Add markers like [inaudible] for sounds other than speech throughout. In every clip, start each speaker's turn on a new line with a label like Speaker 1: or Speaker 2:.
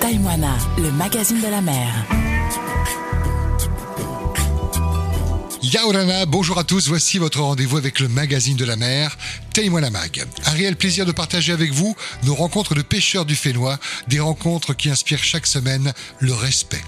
Speaker 1: Taïwana, le magazine de la mer.
Speaker 2: Yaorana, bonjour à tous, voici votre rendez-vous avec le magazine de la mer, Taïmoana Mag. Un réel plaisir de partager avec vous nos rencontres de pêcheurs du Fénois, des rencontres qui inspirent chaque semaine le respect.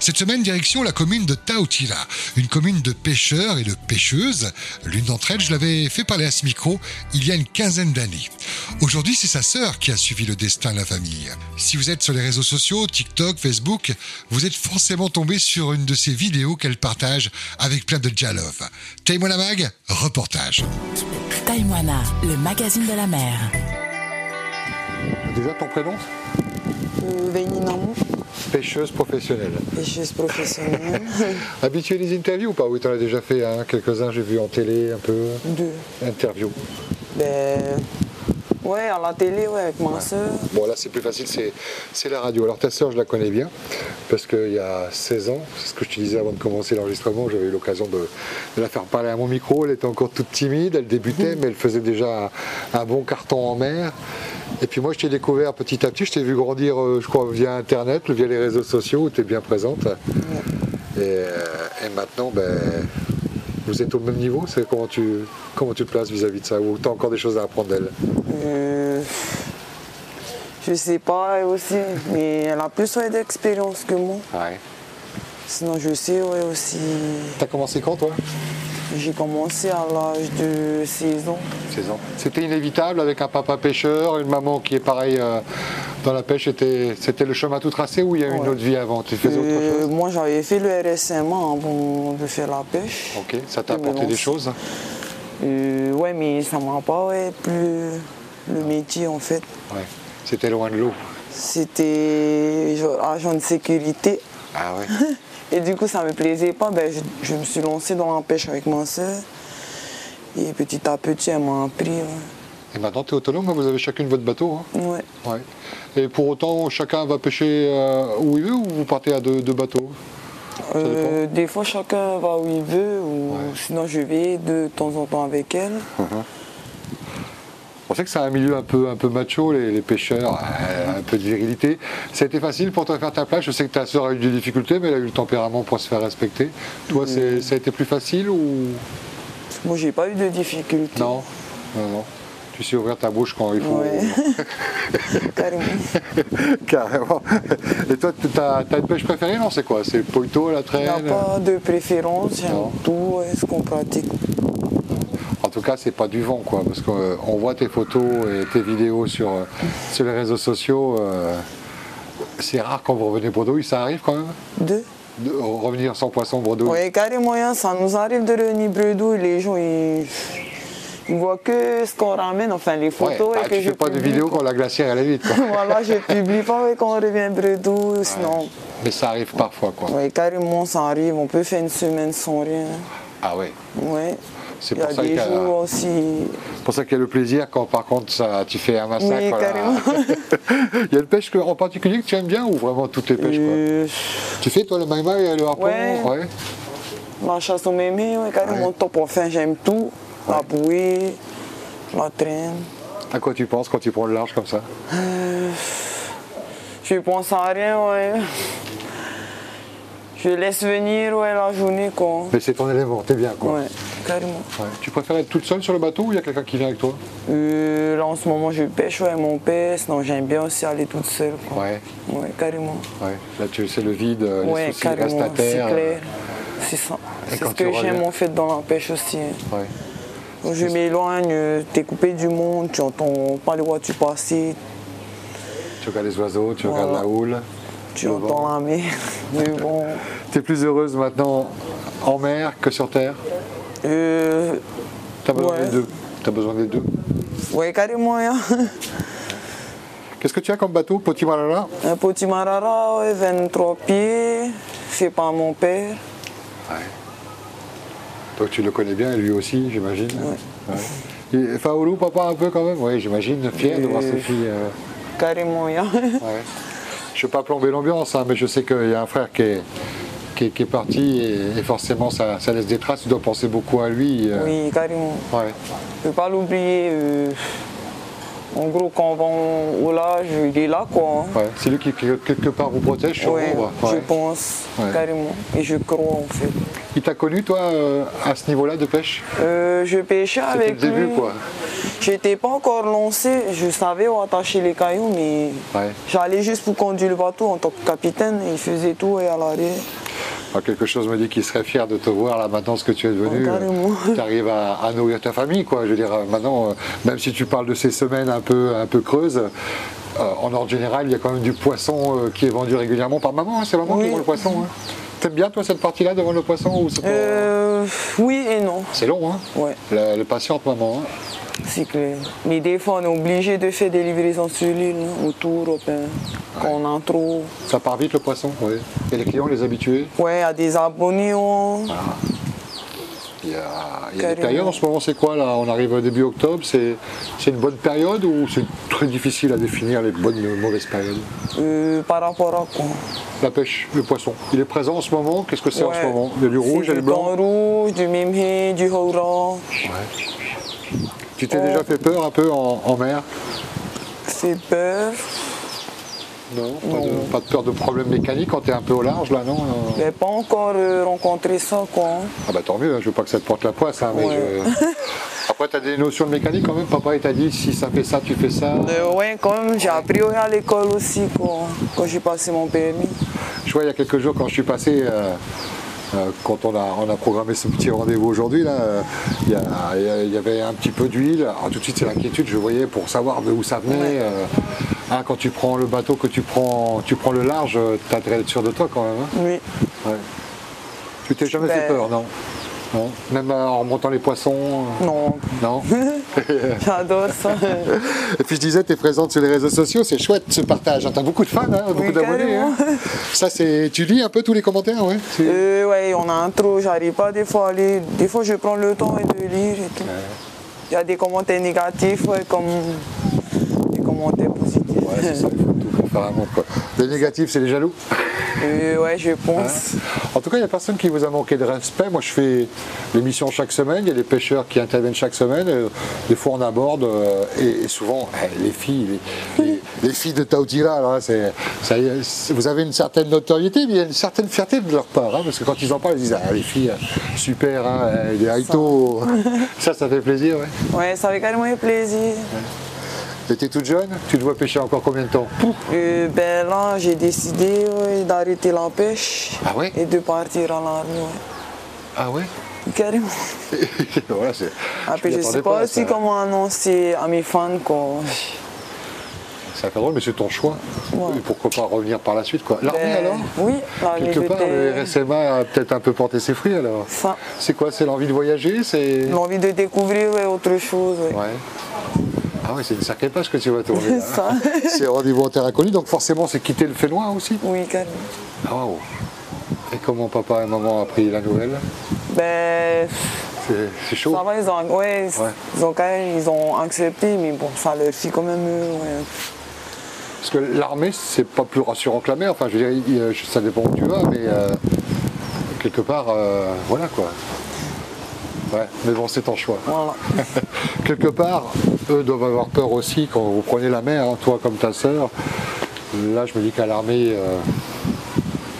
Speaker 2: Cette semaine, direction la commune de Tautila, une commune de pêcheurs et de pêcheuses. L'une d'entre elles, je l'avais fait parler à ce micro il y a une quinzaine d'années. Aujourd'hui, c'est sa sœur qui a suivi le destin de la famille. Si vous êtes sur les réseaux sociaux, TikTok, Facebook, vous êtes forcément tombé sur une de ces vidéos qu'elle partage avec plein de dialogues. Taïmoana Mag, reportage.
Speaker 1: Taïwana, le magazine de la mer.
Speaker 2: Déjà ton prénom
Speaker 3: Véninamou,
Speaker 2: Pêcheuse professionnelle. [laughs]
Speaker 3: pêcheuse professionnelle.
Speaker 2: Habituée des interviews ou pas Oui, t'en as déjà fait hein, quelques-uns, j'ai vu en télé un peu.
Speaker 3: Deux.
Speaker 2: Interview.
Speaker 3: Ben, ouais, à la télé, ouais, avec ma soeur.
Speaker 2: Bon, là, c'est plus facile, c'est, c'est la radio. Alors, ta sœur, je la connais bien, parce qu'il y a 16 ans, c'est ce que je te disais avant de commencer l'enregistrement, j'avais eu l'occasion de, de la faire parler à mon micro. Elle était encore toute timide, elle débutait, mais elle faisait déjà un, un bon carton en mer. Et puis moi, je t'ai découvert petit à petit, je t'ai vu grandir, euh, je crois, via Internet, via les réseaux sociaux, où tu es bien présente. Et, euh, et maintenant, ben, vous êtes au même niveau c'est comment, tu, comment tu te places vis-à-vis de ça Ou tu as encore des choses à apprendre d'elle
Speaker 3: Euh, je sais pas, elle aussi, mais elle a plus ouais, d'expérience que moi.
Speaker 2: Ouais.
Speaker 3: Sinon, je sais, ouais, aussi.
Speaker 2: T'as commencé quand, toi
Speaker 3: J'ai commencé à l'âge de 16 ans.
Speaker 2: 16 ans. C'était inévitable avec un papa pêcheur, une maman qui est pareil euh, dans la pêche. C'était, c'était le chemin tout tracé ou il y a eu une
Speaker 3: Ouais.
Speaker 2: autre vie avant Tu faisais autre
Speaker 3: Euh,
Speaker 2: chose
Speaker 3: moi, j'avais fait le RSMA avant de faire la pêche.
Speaker 2: Ok, ça t'a
Speaker 3: je me
Speaker 2: apporté des
Speaker 3: lance.
Speaker 2: choses
Speaker 3: Euh, ouais, mais ça m'a pas, ouais, plus le métier, en fait.
Speaker 2: Ouais. C'était loin de l'eau.
Speaker 3: C'était genre agent de sécurité.
Speaker 2: Ah ouais
Speaker 3: Et du coup, ça me plaisait pas. Ben, je, je me suis lancée dans la pêche avec ma soeur. Et petit à petit, elle m'a appris. ouais.
Speaker 2: [laughs] Et maintenant, tu es autonome, hein, vous avez chacune votre bateau. hein
Speaker 3: Ouais.
Speaker 2: Ouais. Et pour autant, chacun va pêcher euh, où il veut ou vous partez à deux, deux bateaux
Speaker 3: Euh, des fois, chacun va où il veut. Ou
Speaker 2: Ouais.
Speaker 3: sinon, je vais de temps en temps avec elle.
Speaker 2: On sait que c'est un milieu un peu, un peu macho, les, les pêcheurs, euh, un peu de virilité. Ça a été facile pour toi de faire ta place Je sais que ta sœur a eu des difficultés, mais elle a eu le tempérament pour se faire respecter.
Speaker 3: Mm.
Speaker 2: Toi, c'est- ça a été plus facile ou
Speaker 3: Moi, j'ai pas eu de difficultés.
Speaker 2: non Non, non. Tu sais ouvrir ta bouche quand il faut.
Speaker 3: Ouais.
Speaker 2: Oh.
Speaker 3: [laughs] Carrément.
Speaker 2: [laughs] Carrément. Et toi, t- t'as as une pêche préférée Non, c'est quoi C'est le poito, la
Speaker 3: Il n'y a
Speaker 2: traîne
Speaker 3: pas de préférence. J'aime
Speaker 2: Non.
Speaker 3: tout ouais, ce qu'on pratique.
Speaker 2: En tout cas, c'est pas du vent, quoi. Parce qu'on euh, voit tes photos et tes vidéos sur, euh, sur les réseaux sociaux. euh, c'est rare quand vous revenez bredouille, ça arrive quand même
Speaker 3: Deux.
Speaker 2: de revenir sans poisson bredouille.
Speaker 3: Oui, carrément, hein, ça nous arrive de réunir Bredou et les gens, ils, ils voient que ce qu'on ramène, enfin les
Speaker 2: Ouais,
Speaker 3: photos.
Speaker 2: ah,
Speaker 3: et que
Speaker 2: tu
Speaker 3: je
Speaker 2: fais pas de
Speaker 3: publie.
Speaker 2: vidéo quand la glacière elle est vide. quoi.
Speaker 3: [laughs] voilà, je publie pas ouais, quand on revient Bredou, sinon.
Speaker 2: Mais ça arrive parfois quoi.
Speaker 3: Oui, carrément, ça arrive, on peut faire une semaine sans rien.
Speaker 2: Ah ouais.
Speaker 3: Ouais.
Speaker 2: C'est
Speaker 3: Il y
Speaker 2: pour
Speaker 3: a
Speaker 2: ça
Speaker 3: des
Speaker 2: qu'il y a-
Speaker 3: jours aussi.
Speaker 2: C'est pour ça qu'il y a le plaisir quand par contre ça, tu fais un massacre.
Speaker 3: Oui,
Speaker 2: là.
Speaker 3: carrément.
Speaker 2: [laughs] Il y a une pêche que- en particulier que tu aimes bien ou vraiment toutes les pêches quoi
Speaker 3: euh,
Speaker 2: Tu fais toi le maïma et le harpon
Speaker 3: Ouais. la chasse au mémé, ouais, carrément
Speaker 2: Ouais.
Speaker 3: top. Enfin, j'aime tout. La bouée, la traîne.
Speaker 2: À quoi tu penses quand tu prends le large comme ça
Speaker 3: Je pense à rien, ouais. Je laisse venir ouais, la journée, quoi.
Speaker 2: Mais c'est ton élément, t'es bien quoi.
Speaker 3: Ouais, carrément.
Speaker 2: Ouais. Tu préfères être toute seule sur le bateau ou il y a quelqu'un qui vient avec toi
Speaker 3: Euh, là, en ce moment, je pêche, ouais, mon père. Sinon, j'aime bien aussi aller toute seule. Quoi.
Speaker 2: Ouais.
Speaker 3: Ouais, carrément.
Speaker 2: Ouais. Là tu c'est le vide, euh, les
Speaker 3: ouais,
Speaker 2: soucis restent à
Speaker 3: carrément, c'est
Speaker 2: terre.
Speaker 3: clair. C'est ça.
Speaker 2: Et
Speaker 3: C'est
Speaker 2: quand
Speaker 3: ce que
Speaker 2: tu
Speaker 3: j'aime
Speaker 2: reviens-
Speaker 3: en fait dans la pêche aussi. hein.
Speaker 2: Ouais.
Speaker 3: Quand je m'éloigne, euh, t'es coupé du monde, tu entends pas les voitures passer,
Speaker 2: Tu regardes les oiseaux, tu
Speaker 3: Voilà.
Speaker 2: regardes la houle.
Speaker 3: tu
Speaker 2: Le
Speaker 3: entends
Speaker 2: [laughs]
Speaker 3: la mer. Mais bon,
Speaker 2: T'es plus heureuse maintenant en mer que sur terre
Speaker 3: euh,
Speaker 2: T'as besoin
Speaker 3: Ouais.
Speaker 2: des deux. T'as besoin des deux.
Speaker 3: ouais, carrément, hein. [laughs]
Speaker 2: Qu'est-ce que tu as comme bateau, petit malala
Speaker 3: Un petit marara, ouais, 23 pieds, fait par mon père.
Speaker 2: Toi, tu le connais bien, et lui aussi, j'imagine. Ouais. Et Faoulou, papa, un peu quand même Oui, j'imagine, fier de voir ses
Speaker 3: Euh.
Speaker 2: filles. euh,
Speaker 3: Carrément, hein.
Speaker 2: ouais. Je ne veux pas plomber l'ambiance, hein, mais je sais qu'il y a un frère qui est, qui est, qui est parti et, et forcément, ça, ça laisse des traces. Tu dois penser beaucoup à lui. euh,
Speaker 3: Oui, carrément.
Speaker 2: ouais.
Speaker 3: Je peux pas l'oublier. euh, En gros, quand on va au large, il est là, quoi. hein.
Speaker 2: Ouais, c'est lui qui, qui, quelque part, vous protège sur
Speaker 3: Ouais,
Speaker 2: vous.
Speaker 3: je pense,
Speaker 2: Ouais.
Speaker 3: carrément. Et je crois, en fait.
Speaker 2: Il t'a connu, toi, euh, à ce niveau-là de pêche
Speaker 3: Euh, je pêchais
Speaker 2: C'était
Speaker 3: avec
Speaker 2: le début,
Speaker 3: lui.
Speaker 2: quoi.
Speaker 3: J'étais pas encore lancé, je savais où attacher les cailloux, mais
Speaker 2: Ouais.
Speaker 3: j'allais juste pour conduire le bateau en tant que capitaine. Il faisait tout et à l'arrière.
Speaker 2: Oh. Alors, quelque chose me dit qu'il serait fier de te voir, là, maintenant, ce que tu es devenu.
Speaker 3: Oh, carrément.
Speaker 2: tu arrives à, à nourrir ta famille, quoi. Je veux dire, euh, maintenant, euh, même si tu parles de ces semaines un peu, un peu creuses, euh, en ordre général, il y a quand même du poisson euh, qui est vendu régulièrement par maman. hein. C'est maman
Speaker 3: Oui.
Speaker 2: qui vend le poisson. hein. T'aimes bien, toi, cette partie-là, devant le poisson ou c'est pas-
Speaker 3: Euh, oui et non,
Speaker 2: C'est long, hein
Speaker 3: Ouais.
Speaker 2: La- Elle est patiente, maman. hein.
Speaker 3: c'est clair. Mais des fois, on est obligé de faire des livraisons sur l'île, hein, autour, hein, ben, quand on en trouve.
Speaker 2: Ça part vite, le poisson, ouais. Et les clients, les habitués
Speaker 3: Ouais, à des abonnés, hein.
Speaker 2: Ah. Il y a, il y a des
Speaker 3: Carrément.
Speaker 2: périodes en ce moment, c'est quoi là On arrive au début octobre, c'est c'est une bonne période ou c'est très difficile à définir les bonnes et mauvaises périodes
Speaker 3: Euh, par rapport à quoi
Speaker 2: La pêche, le poisson, il est présent en ce moment, qu'est-ce que c'est en
Speaker 3: Ouais.
Speaker 2: ce moment Il y a du rouge, il y
Speaker 3: C'est
Speaker 2: a du
Speaker 3: du
Speaker 2: blanc
Speaker 3: thon rouge, du mimhi, du haura.
Speaker 2: Tu
Speaker 3: Euh.
Speaker 2: t'es déjà fait peur un peu en, en mer
Speaker 3: C'est peur.
Speaker 2: Non, pas, De, pas de peur de problèmes mécaniques quand t'es un peu au large là, non non.
Speaker 3: J'ai pas encore euh, rencontré ça, quoi. hein.
Speaker 2: Ah bah tant mieux, hein, je veux pas que ça te porte la poisse, hein, mais
Speaker 3: Ouais. [laughs]
Speaker 2: je- Après, t'as des notions de mécanique quand même, papa il t'a dit si ça fait ça, tu fais ça.
Speaker 3: Euh, ouais, quand même, j'ai appris ouais, à l'école aussi, quoi, quand j'ai passé mon permis.
Speaker 2: Je vois, il y a quelques jours, quand je suis passé, euh, euh, quand on a, on a programmé ce petit rendez-vous aujourd'hui, là, euh, il y a- il y, a- il y avait un petit peu d'huile. Alors, tout de suite, c'est l'inquiétude, je voyais, pour savoir de où ça venait. euh, hein, quand tu prends le bateau, que tu prends, tu prends le large, tu as être sûr de toi quand même. hein.
Speaker 3: Oui.
Speaker 2: Ouais. Tu t'es jamais fait
Speaker 3: Ben-
Speaker 2: peur, non Non Même euh, en remontant les poissons euh,
Speaker 3: Non, [laughs]
Speaker 2: Non
Speaker 3: j'adore ça.
Speaker 2: [laughs] Et puis je disais, tu es présente sur les réseaux sociaux, c'est chouette ce partage. Tu as beaucoup de fans, hein, beaucoup
Speaker 3: Oui,
Speaker 2: d'abonnés. hein. Ça, c'est. Tu lis un peu tous les commentaires, ouais Tu-
Speaker 3: Euh, ouais, on a un trou, j'arrive pas des fois à lire. Des fois, je prends le temps et de lire et tout. Il y a des commentaires négatifs, ouais, comme des commentaires positifs.
Speaker 2: Ouais, c'est ça, il faut tout pour faire un monde, quoi. Les négatifs, c'est les jaloux.
Speaker 3: [laughs] Euh, ouais, je pense.
Speaker 2: En tout cas, il n'y a personne qui vous a manqué de respect. Moi, je fais l'émission chaque semaine. Il y a des pêcheurs qui interviennent chaque semaine. Euh, Des fois, on aborde. euh, et, et souvent, eh, les filles, les, les- les filles de Tautira, alors là, c'est, ça y est, c'est- vous avez une certaine notoriété, mais il y a une certaine fierté de leur part. hein, parce que quand ils en parlent, ils disent Ah, les filles, super, hein, eh, des haïtos. Ça, ça fait plaisir, ouais.
Speaker 3: Ouais, ça fait carrément plaisir.
Speaker 2: T'étais toute jeune Tu te vois pêcher encore combien de temps Pouf
Speaker 3: Euh, ben là, j'ai décidé ouais, d'arrêter la pêche
Speaker 2: Ah ouais
Speaker 3: et de partir à l'armée, ouais.
Speaker 2: Ah ouais [laughs]
Speaker 3: Carrément.
Speaker 2: Voilà, c'est.
Speaker 3: Après,
Speaker 2: m'y
Speaker 3: je
Speaker 2: attendais
Speaker 3: sais
Speaker 2: à
Speaker 3: Ah, pas
Speaker 2: ça. Ah
Speaker 3: aussi comment annoncer à mes fans, quoi.
Speaker 2: C'est pas drôle, mais c'est ton choix.
Speaker 3: Ouais.
Speaker 2: Et pourquoi pas revenir par la suite, quoi. L'armée,
Speaker 3: Ben,
Speaker 2: alors
Speaker 3: Oui, l'armée
Speaker 2: Quelque
Speaker 3: de
Speaker 2: part, euh, le
Speaker 3: terre.
Speaker 2: RSMA a peut-être un peu porté ses fruits, alors.
Speaker 3: Ça.
Speaker 2: C'est quoi C'est l'envie de voyager C'est...
Speaker 3: L'envie de découvrir ouais, autre chose. ouais.
Speaker 2: Ouais. Ah oui, c'est une sacrée page que tu vas tourner. là.
Speaker 3: [laughs] Ça.
Speaker 2: [laughs] c'est rendez-vous en terre inconnue, donc forcément, c'est quitter le Fénois aussi.
Speaker 3: Oui, carrément.
Speaker 2: Ah, Waouh Et comment papa et maman ont appris la nouvelle
Speaker 3: Ben,
Speaker 2: c'est, c'est chaud.
Speaker 3: ça va, ils ont, ouais,
Speaker 2: Oh. Ouais.
Speaker 3: Ils, ont quand même, ils ont accepté, mais bon, ça leur fit quand même. euh, ouais.
Speaker 2: Parce que l'armée, c'est pas plus rassurant que la mer. Enfin, je veux dire, il- euh, ça dépend où tu vas, mais euh, quelque part, euh, voilà quoi. Ouais, mais bon, c'est ton choix.
Speaker 3: Voilà.
Speaker 2: [laughs] quelque part, eux doivent avoir peur aussi quand vous prenez la mer, hein, toi comme ta sœur. Là, je me dis qu'à l'armée, euh,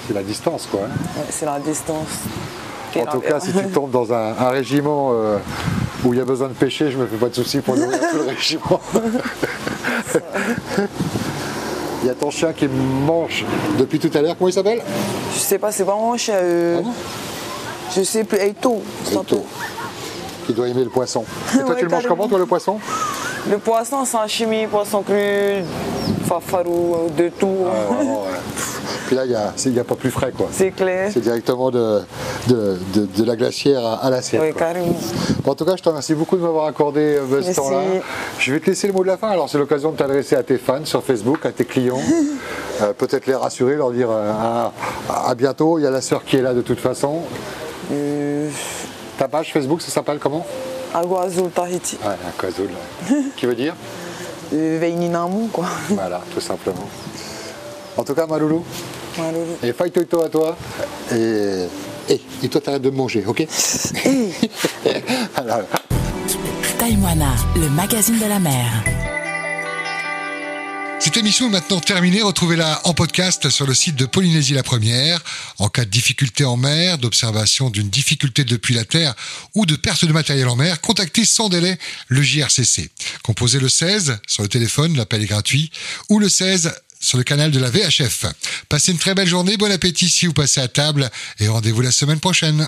Speaker 2: c'est la distance, quoi. hein.
Speaker 3: Ouais, c'est la distance.
Speaker 2: En tout cas, si tu tombes dans un, un régiment euh, où il y a besoin de pêcher, je me fais pas de soucis pour nourrir tout le régiment. [laughs] Il y a ton chien qui mange depuis tout à l'heure. Comment il s'appelle
Speaker 3: Je sais pas, c'est pas mon chien. euh,
Speaker 2: Ah bon
Speaker 3: je sais plus. Eito. ça
Speaker 2: Plutôt. Il doit aimer le poisson. Et toi,
Speaker 3: [laughs] Ouais,
Speaker 2: tu le manges comment,
Speaker 3: carrément.
Speaker 2: toi, le
Speaker 3: [laughs]
Speaker 2: poisson
Speaker 3: peut- Le poisson, sashimi, poisson cru, fafarou, de tout.
Speaker 2: Ah Ouais, vraiment, Oh, ouais. Puis là, il n'y a, c'est- il y a pas plus frais, quoi.
Speaker 3: [laughs] C'est clair.
Speaker 2: C'est directement de, de, de- de la glacière à, à l'assiette.
Speaker 3: Oui,
Speaker 2: quoi.
Speaker 3: carrément.
Speaker 2: Bon, en tout cas, je te remercie beaucoup de m'avoir accordé euh, ce
Speaker 3: Merci.
Speaker 2: temps-là. Je vais te laisser le mot de la fin. Alors, c'est l'occasion de t'adresser à tes fans sur Facebook, à tes
Speaker 3: [laughs]
Speaker 2: clients. Euh, Peut-être les rassurer, leur dire euh, à, à bientôt. Il y a la sœur qui est là de toute façon.
Speaker 3: Euh,
Speaker 2: Ta page Facebook, ça s'appelle comment
Speaker 3: Agua Azul Tahiti.
Speaker 2: Ouais, un coisoul. qui veut
Speaker 3: [laughs]
Speaker 2: dire
Speaker 3: Euh, Veininamu, quoi. [laughs]
Speaker 2: Voilà, tout simplement. En tout cas, Maloulou,
Speaker 3: Malheureux.
Speaker 2: et faille toi à toi. Et, et, et toi, t'arrêtes de me manger, [laughs]
Speaker 3: [laughs]
Speaker 2: ok Voilà.
Speaker 1: Taïwana, le magazine de la mer.
Speaker 2: Cette émission est maintenant terminée. Retrouvez-la en podcast sur le site de Polynésie la Première. En cas de difficulté en mer, d'observation d'une difficulté depuis la Terre ou de perte de matériel en mer, contactez sans délai le JRCC. Composez le 16 sur le téléphone, l'appel est gratuit, ou le 16 sur le canal de la VHF. Passez une très belle journée, bon appétit si vous passez à table et rendez-vous la semaine prochaine.